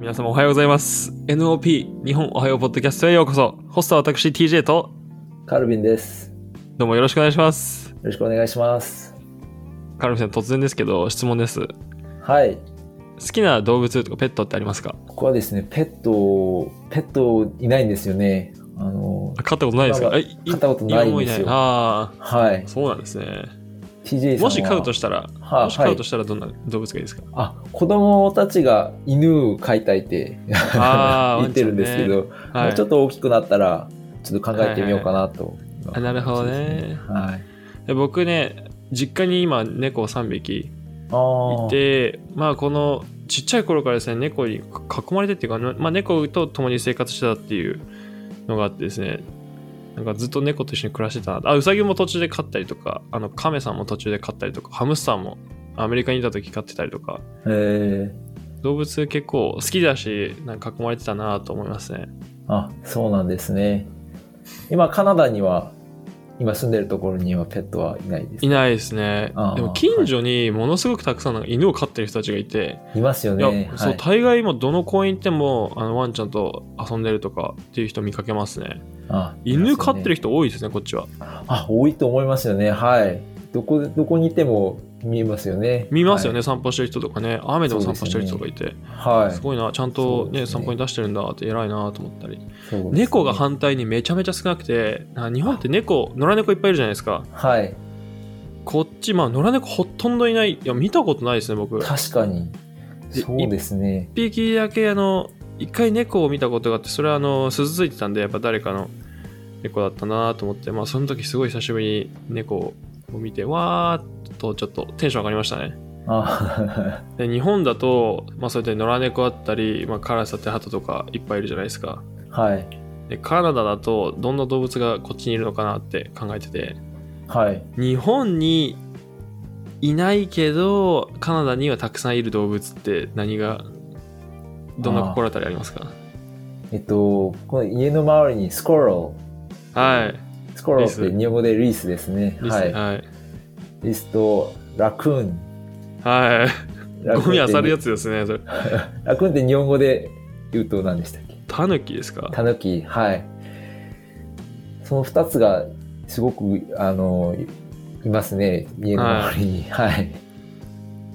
皆様おはようございます。NOP 日本おはようポッドキャストへようこそ。ホストは私 TJ とカルビンです。よどうもよろしくお願いします。ろしくお願いします。カルビさん突然ですけど質問です。好はい。きな動物とかペットってありますかここはですね、ペット、ペットいないんですよね。あの、あ飼ったことないですかまだえい飼ったことないんですいやもういよあはいあ、。そうなんですね。 TJ さんは。もし飼うとししたら、はもし飼うとはいしたらどんな動物がいいですかあ、子供たちが犬を飼いたいってあー 言ってるんですけど、はもういちょ。っと大きくなったら、ちょっと考えてみようかなと。あなるほどね。はい。で僕ね、実家に今猫を3匹ああ。いてまあこのちっちゃい頃からですね猫に囲まれてっていうか、まあ、猫と共に生活してたっていうのがあってですねなんかずっと猫と一緒に暮らしてたなあウサギも途中で飼ったりとかあのカメさんも途中で飼ったりとかハムスターもアメリカにいた時飼ってたりとかえー動物結構好きだしなんか囲まれてたなと思いますねあ、そうなんですね。今、カナダには、今住んでるところにはペットはいないです。いないですねあーでも近所にものすごくたくさんなんか犬を飼ってる人たちがいて、いますよいや、ね。そはうい大概もどの公園行ってもあのワンちゃんと遊んでるとかっていう人見かけますねあ犬飼ってる人人多いですねこっちはあ多いと思いますよねはいどこどこにいても見えますよね見ますよね、散歩してる人とかね雨でも散歩してる人とかいてす,、はい、はいごいなちゃんとそうねですね散歩に出してるんだって偉いなと思ったり、そうですね猫が反対にめちゃめちゃ少なくてあ日本って猫野良猫いっぱいいるじゃないですかはいこっちまあ野良猫ほとんどいないいや見たことないですね僕一確かにでそうですね匹だけあの一回猫を見たことがあってそれはあの鈴ついてたんでやっぱ誰かの猫だったなと思ってまあその時すごい久しぶりに猫を見てわーっとちょっとテンション上がりましたねあで日本だと、まあ、そうやって野良猫あったり、まあ、カラスだってハトとかいっぱいいるじゃないですかはいでカナダだとどんな動物がこっちにいるのかなって考えててはい日本にいないけどカナダにはたくさんいる動物って何がどんな心当たりありますかえっとこの家の周りにスコロはいルスコロルっリてス日本語でリースですねリスはいはい、リスとラクーンはいラクーンゴミ漁るやつつですねそれラクーンって日本語で言うと何でしたっけタヌキですかタヌキはいその2つがすごくあのいますね家の周りにはい、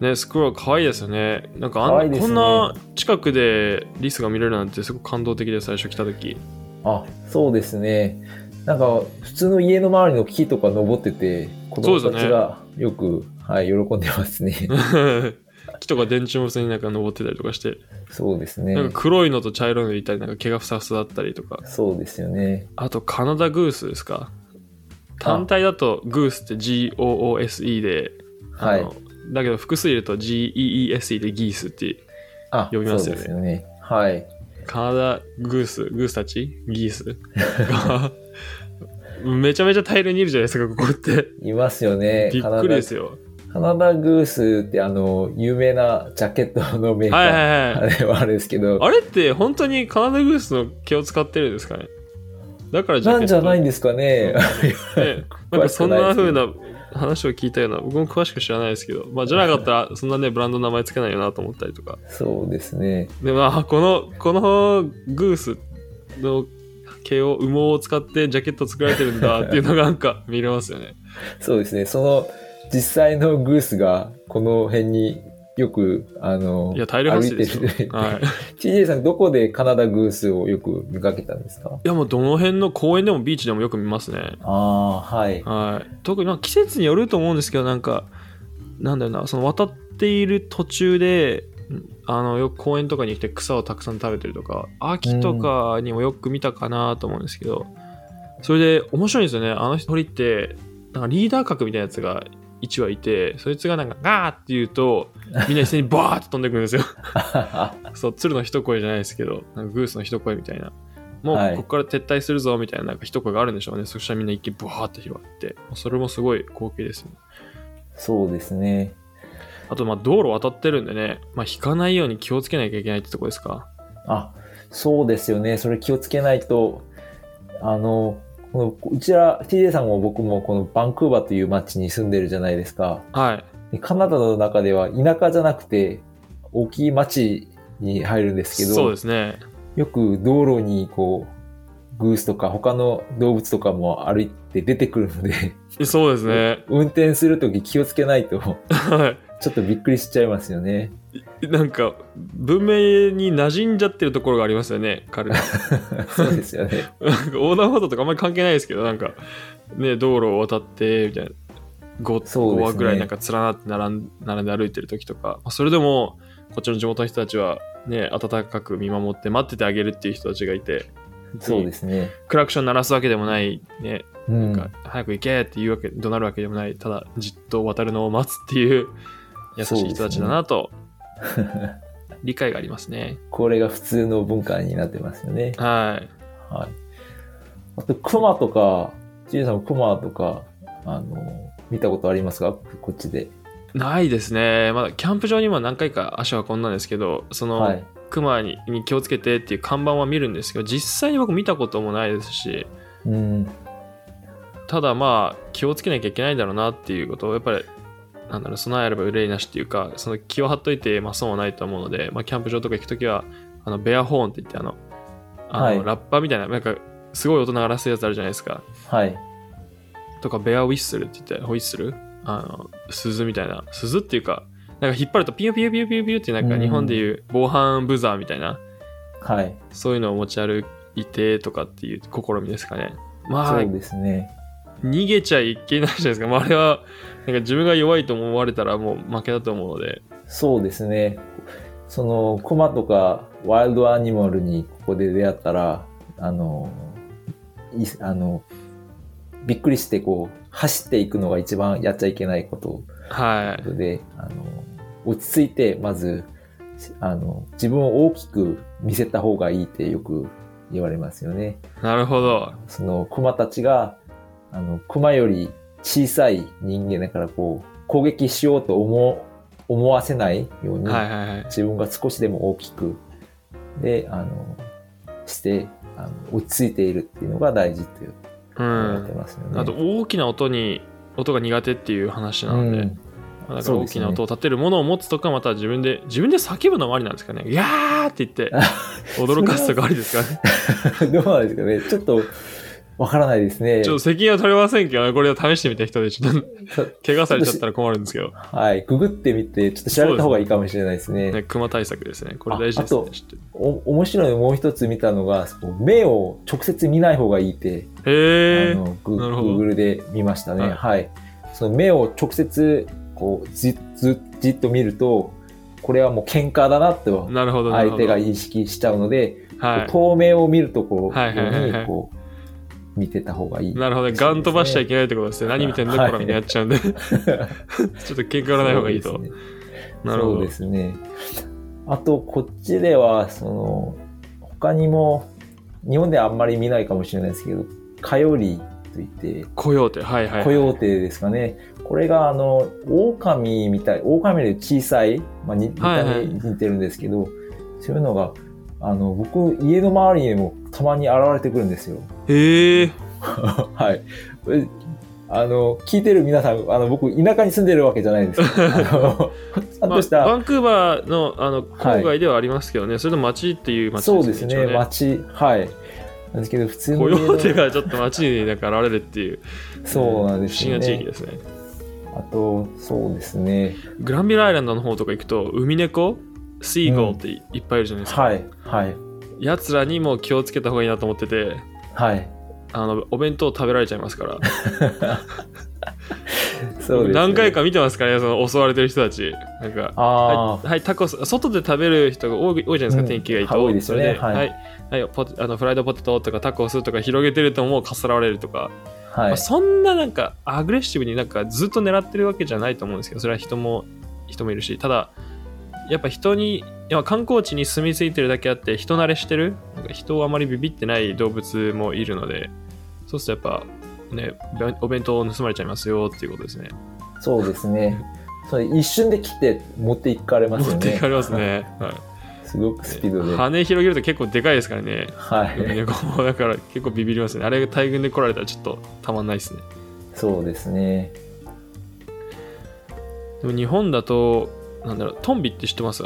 ねスクロール可愛いですよねなんかあん可愛いですねこんな近くでリスが見れるなんてすごく感動的で最初来た時あそうですねなんか普通の家の周りの木とか登ってて子供そうたですちねがよく、はい、喜んでますね 木とか電柱も普通になんか登ってたりとかして、そうですなんかね黒いのと茶色いのいたりなんか毛がふさふさだったりとかそうですよねあとカナダグースですか単体だとグースって GOOSE で、はあいのだけど複数いると GEESE でギースっていうあ呼びますよねそうですよねはいカナダグースグースたちギースがめちゃめちゃ大量にいるじゃないですかここっていますよねびっカナくりダですよカナダグースってあの有名なジャケットのメーカー、はいはいはいあれはあれですけどあれって本当にカナダグースの毛を使ってるんですかねだからジャケッなトんじゃないんですかね。 ね、なんかそんな風な話を聞いたような、僕も詳しく知らないですけど、まあ、じゃなかったら、そんなね、ブランドの名前つけないよなと思ったりとか。そうですね。で、まあ、この、このグースの毛を、羽毛を使ってジャケット作られてるんだっていうのがなんか 見れますよね。そうですね。その実際のグースがこの辺によくあのいや、大量発生です歩いてよ。る。 はい。い TJ さんどこでカナダグースをよく見かけたんですか？や、もうどの辺の公園でもビーチでもよく見ますね。ああーはいはい。特に、まあ、季節によると思うんですけど、なんか、なんだろうな、その渡っている途中で、あのよく公園とかに来て草をたくさん食べてるとか秋とかにもよく見たかなと思うんですけど、それで面白いんですよねあの鳥ってなんかリーダー格みたいなやつが1羽いてそいつがなんかガーって言うとみんな一斉にバーって飛んでくるんですよそう鶴の一声じゃないですけどなんかグースの一声みたいなもはういここから撤退するぞみたいななんか一声があるんでしょうね、そしたらみんな一気にバーって広がってそれもすごい光景ですよね そうですね。あとまあ道路渡ってるんでね、まあ、引かないように気をつけなきゃいけないってとこですか。あそうですよね。それ気をつけないとあのこのうちら TJ さんも僕もこのバンクーバーという町に住んでるじゃないですか。はい。でカナダの中では田舎じゃなくて大きい町に入るんですけど、そうですね。よく道路にこう、グースとか他の動物とかも歩いて出てくるので、 そうですね。運転するとき気をつけない と、 はちょっとびっくりしちゃいますよね。 い。なんか、文明に馴染んじゃってるところがありますよね、彼ら。そうです よね。なんか横断歩道とかあんまり関係ないですけど、なんか、ね、道路を渡って、みたいな。5, そうですね話ぐらいなんか連なって並ん並んで歩いてる時とか、まあそれでもこっちの地元の人たちはね温かく見守って待っててあげるっていう人たちがいてそうですね。クラクション鳴らすわけでもない、ね、うん。なんか早く行けって言うわけ、怒鳴るわけでもない、ただじっと渡るのを待つっていう優しい人たちだなと理解がありますね。これが普通の文化になってますよね。はい。はい。あと、クマとか、ジュリさんもクマとか、あの、見たことありますかこっちで。ないですね。まだキャンプ場にも何回か足はこんなんですけど、その、はい。クマにに気をつけてっていう看板は見るんですけど、実際に僕見たこともないですし、うん。ただまあ気をつけなきゃいけないんだろうなっていうことをやっぱりなんだろう備えれば憂いなしっていうかその気を張っといて、まあ、損はないと思うので、まあ、キャンプ場とか行くときはあのベアホーンって言ってあのあの、はいラッパみたいななんかすごい音鳴らすやつあるじゃないですかはい。とかベアウィッスルって言ってホイッスルあの鈴みたいな鈴っていうかなんか引っ張るとピューピューピューピューピューってなんかうん日本でいう防犯ブザーみたいなはい。そういうのを持ち歩いてとかっていう試みですかねまあそうですね。逃げちゃいけないじゃないですか。まあ、あれは、なんか自分が弱いと思われたらもう負けだと思うので。そうですね。その、クマとか、ワイルドアニマルにここで出会ったら、あの、いあの、びっくりして、こう、走っていくのが一番やっちゃいけないことはということで、あの、落ち着いて、まず、あの、自分を大きく見せた方がいいってよく言われますよね。い。なるほど。その、熊たちが、あの、熊より小さい人間だから、こう、攻撃しようと思う、思わせないように、はいはいはい。自分が少しでも大きく、で、あの、して、あの落ち着いているっていうのが大事っていうう言ってん。ますよね。あと、大きな音に、音が苦手っていう話なので、うんまあだかそらう大ですきねな音を立てるものを持つとか、また自分で、自分で叫ぶのもありなんですかね。いやーって言 って、驚かすとかありですかね。どうなん ですかね。ちょっと、わからないですね。ちょっと責任は取れませんけど、これを試してみた人で、ちょ っと、怪我されちゃったら困るんですけど。はい。ググってみて、ちょっと調べた方がいいかもしれないですね。ね、熊対策ですね。これ大事ですああねと。知ってお面白いのもう一つ見たのが、こう目を直接見ない方がいいって、へー。あのグなるほどーグルで見ましたね。ははいい、その目を直接、こう、じずじっと見ると、これはもう喧嘩だなって、なるほど、なる相ほ手ど。が意識しちゃうので、はい。透明を見るとこう、はいはいはいはいようにこう、見てた方がいい。なるほど、ね、そうですねガン飛ばしちゃいけないってことですね。何見てんだ、はいこれにやっちゃ うんで。ちょっと喧嘩売らない方がいいと。そうですねなるほど。そうはでいすね。あと、こっちでは、その、他にも、日本ではあんまり見ないかもしれないですけど、カヨリといって、コヨーテ、はいはい。コヨーテですかね。これが、あの、狼みたい、狼より小さい、まあ、に見はたいは目いに似てるんですけど、そういうのが、あの、僕、家の周りにもたまに現れてくる んですよ。へえ。はい。えあの、聞いてる皆さん、あの、僕、田舎に住んでるわけじゃないです けど、あのちゃんまあとした、バンクーバーのあのはい郊外ではありますけどね、それでも街っていう街そうですね、一応街、はい。なんですけど、普通のコ家ヨのーテがちょっと街になんか現れるっていう、そうなんで不す思議よな地域ね。ですね。あと、そうですね。グランビルアイランドの方とか行くと、ウミネコ、シーゴーっていっぱいいるじゃないですか。はい、はい、やつらにも気をつけた方がいいなと思ってて、はい。あのお弁当食べられちゃいますから、そうです、ね。何回。か見てますからね、その襲われてる人たち。なんかはあい、はい、タコス、外で食べる人が多い多いじゃないですか、うん天気がいいと。はい多いですよねそれでは、はいいはいポテあのフライドポテトとかタコスとか広げてるともうかすらわれるとか、あ、はまいあ、。そんななんかアグレッシブになんかずっと狙ってるわけじゃないと思うんですけど、それは人も、人もいるし、ただ、やっぱ人に、やっぱ観光地に住み着いてるだけあって、人慣れしてる、なんか人をあまりビビってない動物もいるので、そうするとやっぱ、ね、お弁当を盗まれちゃいますよっていうことですね。そうですね。それ一瞬で来て持っていかれます持よっていねか。れますね。はいすごくスピードで。は羽広げると結構でかいですからね。い。猫もだから結構ビビりますね。あれが大群で来られたらちょっとたまんないですね。そうですね。でも日本だと、なんだろう、トンビって知ってます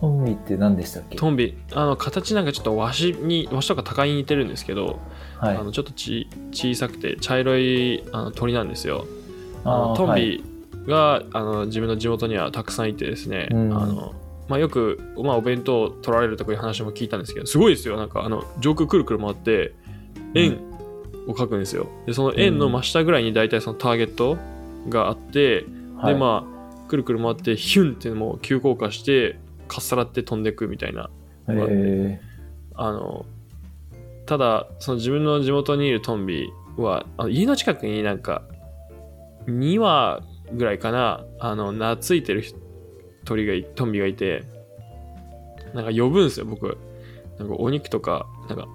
トンビって何でしたっけトンビあの形なんかちょっとワシにワシとか高いに似てるんですけど、はいあのちょっとち小さくて茶色いあの鳥なんですよあのあートンはいビが、あの自分の地元にはたくさんいてですね、うんあのまあ、よく、まあ、お弁当を取られるとかいう話も聞いたんですけどすごいですよなんかあの上空くるくる回って円を描くんですよでその円の真下ぐらいに大体そのターゲットがあって、はいでまあくるくる回ってヒュンっていうのも急降下してかっさらって飛んでいくみたいなへーあのただその自分の地元にいるトンビはあの家の近くになんか2羽ぐらいかなあの懐いてる鳥がいトンビがいてなんか呼ぶんですよ僕なんかお肉とかなんか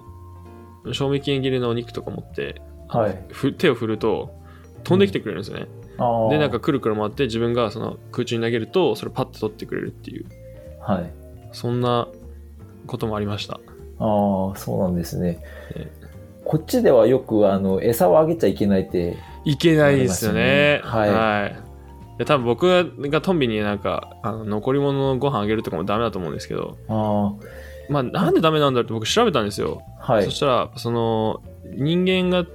賞味期限切れのお肉とか持ってはいふ手を振ると飛んできてくれるんですよね、あーでなんかくるくる回って自分がその空中に投げるとそれパッと取ってくれるっていうはいそんなこともありましたああそうなんですねねこっちではよくあの餌をあげちゃいけないっていけないですよね。なりますよねいで多分僕がトンビになんかあの残り物のご飯あげるとかもダメだと思うんですけど、あまあ、なんでダメなんだろうって僕調べたんですよ。あはいそしたらその人間が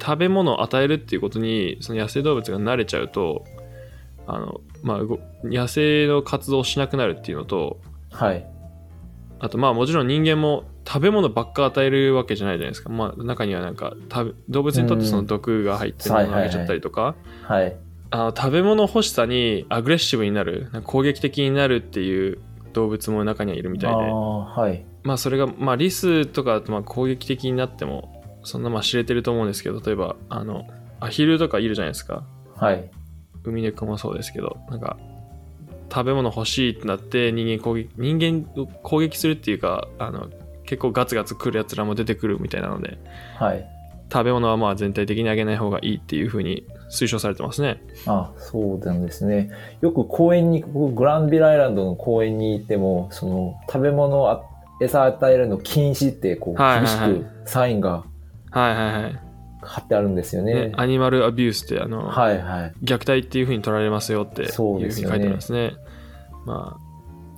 食べ物を与えるっていうことにその野生動物が慣れちゃうとあの、まあ、動野生の活動をしなくなるっていうのとはいあとまあもちろん人間も食べ物ばっか与えるわけじゃないじゃないですか、まあ、中にはなんか食べ動物にとってその毒が入ってるものをあげちゃったりとか。はいあの食べ物欲しさにアグレッシブになるなんか攻撃的になるっていう動物も中にはいるみたいあであはいまあそれが、まあ、リスとかだとまあ攻撃的になってもそんなまあ知れてると思うんですけど例えばあのアヒルとかいるじゃないですかはいウミネコもそうですけどなんか食べ物欲しいってなって人間攻撃人間を攻撃するっていうかあの結構ガツガツ来るやつらも出てくるみたいなのではい食べ物はまあ全体的にあげない方がいいっていう風に推奨されてますねあそうなんですねよく公園に僕グランビルアイランドの公園に行ってもその食べ物をあ餌与えるの禁止ってこうはい厳しはいはくサインがはいはいはい貼ってあるんですよねね、アニマルアビュースってあの、はいはい虐待っていうふうに取られますよっていうふそううでにす書いよてねありますね。まあ、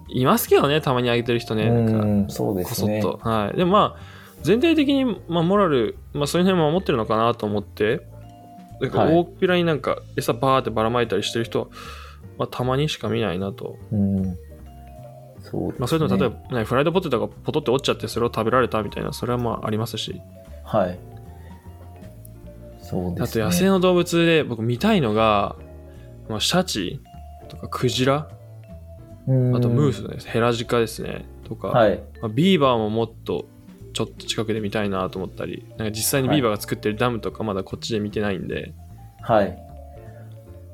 いますけどね、たまにあげてる人ね、うなんかんそうでこすそっねと。はい、でもまあ、全体的に、まあ、モラル、まあ、そういう辺も守ってるのかなと思って、なんかはい大っぴらになんか餌バーってばらまいたりしてる人は、まあ、たまにしか見ないなと。うんそうですねまあ、それでも例えば、ねフライドポテトがポトって落ちちゃってそれを食べられたみたいな、それはまあありますし。はい。そうであすとね。野生の動物で僕見たいのが、まあ、シャチとかクジラうんあとムースです、ヘラジカですねとか、はい。まあビーバーももっとちょっと近くで見たいなと思ったりなんか実際にビーバーが作ってるダムとかまだこっちで見てないんで、はい。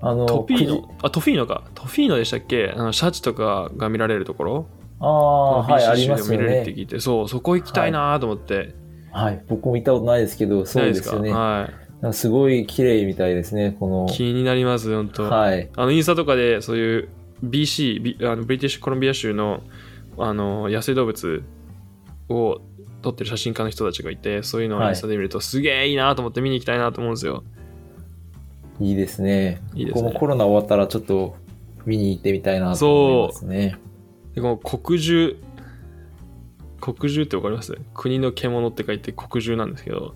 あの、トフィーくじノあトフィーノかトフィーノでしたっけあのシャチとかが見られるところああ、このはい、あ BC り州でまもす見よれるってね。聞いて、そうそこ行きたいなと思って、はい。僕も行ったことないですけど、そなういでですかすよね。はなんかすごい綺麗みたいですね、こい、気になります本当、の。はい。あのインスタとかでそういう BC ビあのブリティッシュコロンビア州のあの野生動物を撮ってる写真家の人たちがいてそういうのをはいインスタで見ると、すげえいいなと思って見に行きたいなと思うんですよいいですね。いいですこねのコロナ終わったらちょっと見に行ってみたいなと思いますね。でこの黒獣黒獣ってわかります国の獣って書いて黒獣なんですけど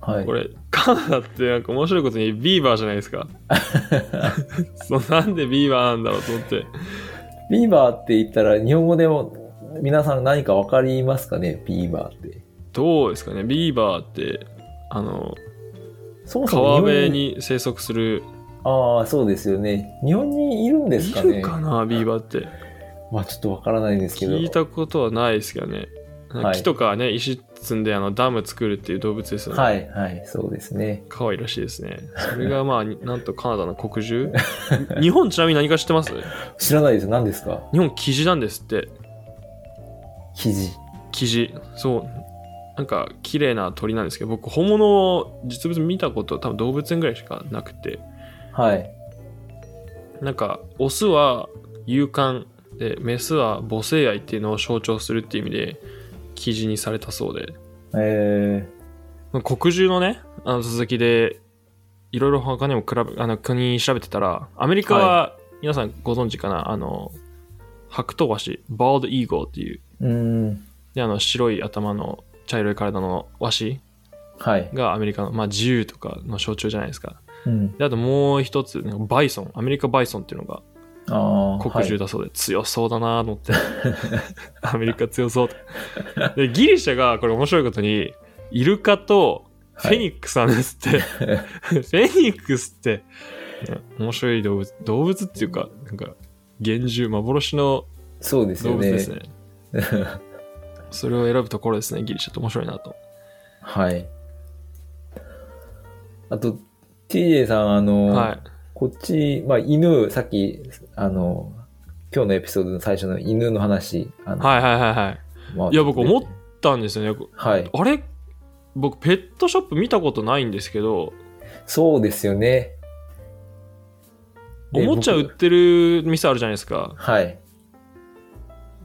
はいこ。れカナダってなんか面白いことにビーバーじゃないですかそうなんでビーバーなんだろうと思ってビーバーって言ったら、日本語でも皆さん何かわかりますかね、ビーバーって。どうですかねビーバーってあのそもそも川日本辺に生息するああ、そうですよね。日本にいるんですかね。いるかなビーバーってまあちょっとわからないんですけど。聞いたことはないですけどね、はい木とかね石積んであのダム作るっていう動物ですよね、はい、はい、そうですね。可愛らしいですねそれがまあ になんとカナダの黒獣 日本ちなみに何か知ってます知らないです。何ですか日本キジなんですって肘。キジそうなんか綺麗な鳥なんですけど僕本物を実物見たこと多分動物園ぐらいしかなくてはい。なんかオスは勇敢でメスは母性愛っていうのを象徴するっていう意味で記事にされたそうでえ黒獣のねあの続きでいろいろ他にも比べあの国調べてたらアメリカは皆さんご存知かな、あの白頭鷲バードイーゴーっていううん。であの白い頭の茶色い体のワシはい。がアメリカの、まあ、自由とかの象徴じゃないですかうん。であともう一つ、ね、バイソンアメリカバイソンっていうのがああ。国獣だ。だそうで、強そうだなと思って アメリカ強そうとでギリシャがこれ面白いことにイルカとフェニックスなんです って、フェニックスってね面白い動物動物っていうかなんか幻獣幻のそうです動よ物ね。ですねそれを選ぶところですねギリシャって面白いなとはい。あと、TJ さん、あの、はいこっち、まあ、犬、さっき、あの、今日のエピソードの最初の犬の話、あの、はいはいはいはいまあいや僕思っったんですよねはい。あれ僕ペットショップ見たことないんですけどそうですよね。でおもちゃ売っ僕てる店あるじゃないですかはい。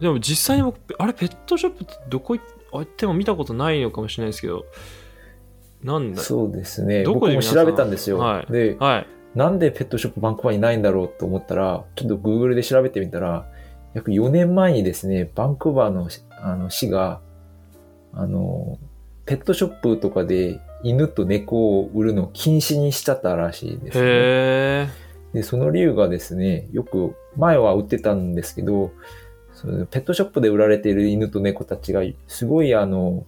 でも実際に僕あれペットショップってどこ行っあ行っても見たことないのかもしれないですけどなんだそうですね。どこ僕でも皆さん調べたんですよ。はいで、はいなんでペットショップバンクバーにないんだろうと思ったら、ちょっと Google で調べてみたら、約4年前にですね、バンクーバーのしあの市が、あの、ペットショップとかで犬と猫を売るのを禁止にしちゃったらしいです、ね。へえで、その理由がですね、よく前は売ってたんですけど、そのペットショップで売られている犬と猫たちが、すごいあの、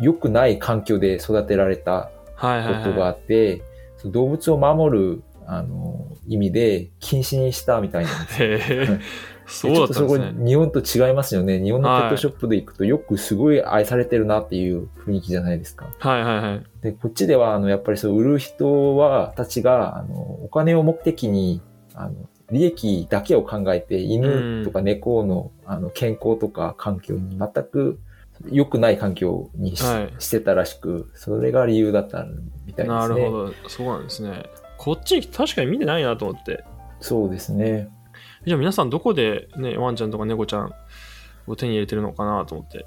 良くない環境で育てられたはいはいことがはあって、その動物を守るあの意味で禁止にしたみたいなんでいす。へえ そうでちだょっったとんそでこすね日本と違いますよね。日本のはいペットショップで行くとよくすごい愛されてるなっていう雰囲気じゃないですか。はいはいはいで、こっちではあのやっぱりそう売る人はたちがあのお金を目的にあの利益だけを考えて犬とか猫の,、あの健康とか環境に全く良くない環境にし,、はいしてたらしく、それが理由だったみたいですね。なるほどそうなんですねこっちに来て確かに見てないなと思ってそうですね。じゃあ皆さんどこでねワンちゃんとか猫ちゃんを手に入れてるのかなと思って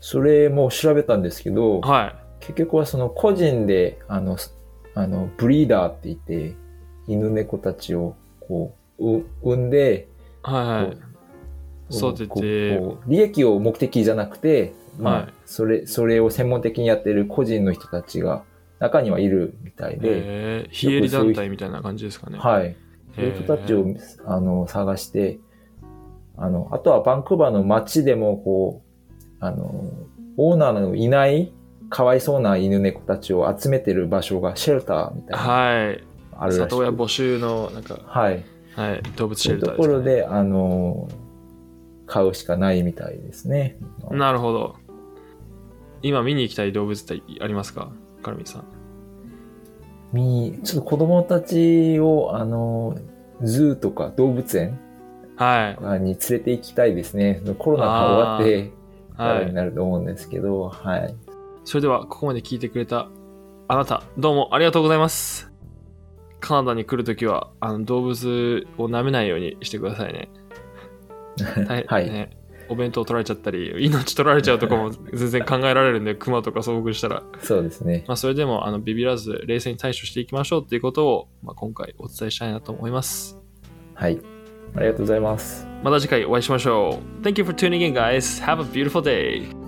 それも調べたんですけど、はい結局はその個人で、あの、すあのブリーダーって言って、犬猫たちをこう、う産んで、はいはいこう育ててこうこう利益を目的じゃなくて、まあ、はいそれ、それを専門的にやってる個人の人たちが中にはいるみたいで、へえ非営利団体みたいな感じですかねはい。そうへいうえ人たちを、あの、探して、あの、あとはバンクーバーの街でも、こう、あの、オーナーのいない、かわいそうな犬猫たちを集めてる場所がシェルターみたいなのはいがあるらし里く親募集のなんか、はい。はい、動物シそうェいうルタとーこかろねで、あの、買うしかないみたいですね。なるほど今見に行きたい動物ってありますかカルミンさんみちょっと子供たちを、あの、ズーとか動物園はいに連れて行きたいですね。コロナが終わって、はにいなると思うんですけど、はいそれではここまで聞いてくれたあなたどうもありがとうございますカナダに来るときはあの動物を舐めないようにしてくださいね 大変はいねお弁当取られちゃったり命取られちゃうとかも全然考えられるんでクマとか遭遇したらそうですね。まあ、それでもあのビビらず冷静に対処していきましょうっていうことを、まあ、今回お伝えしたいなと思います。はい。ありがとうございます。また次回お会いしましょう。Thank you for tuning in, guys. Have a beautiful day.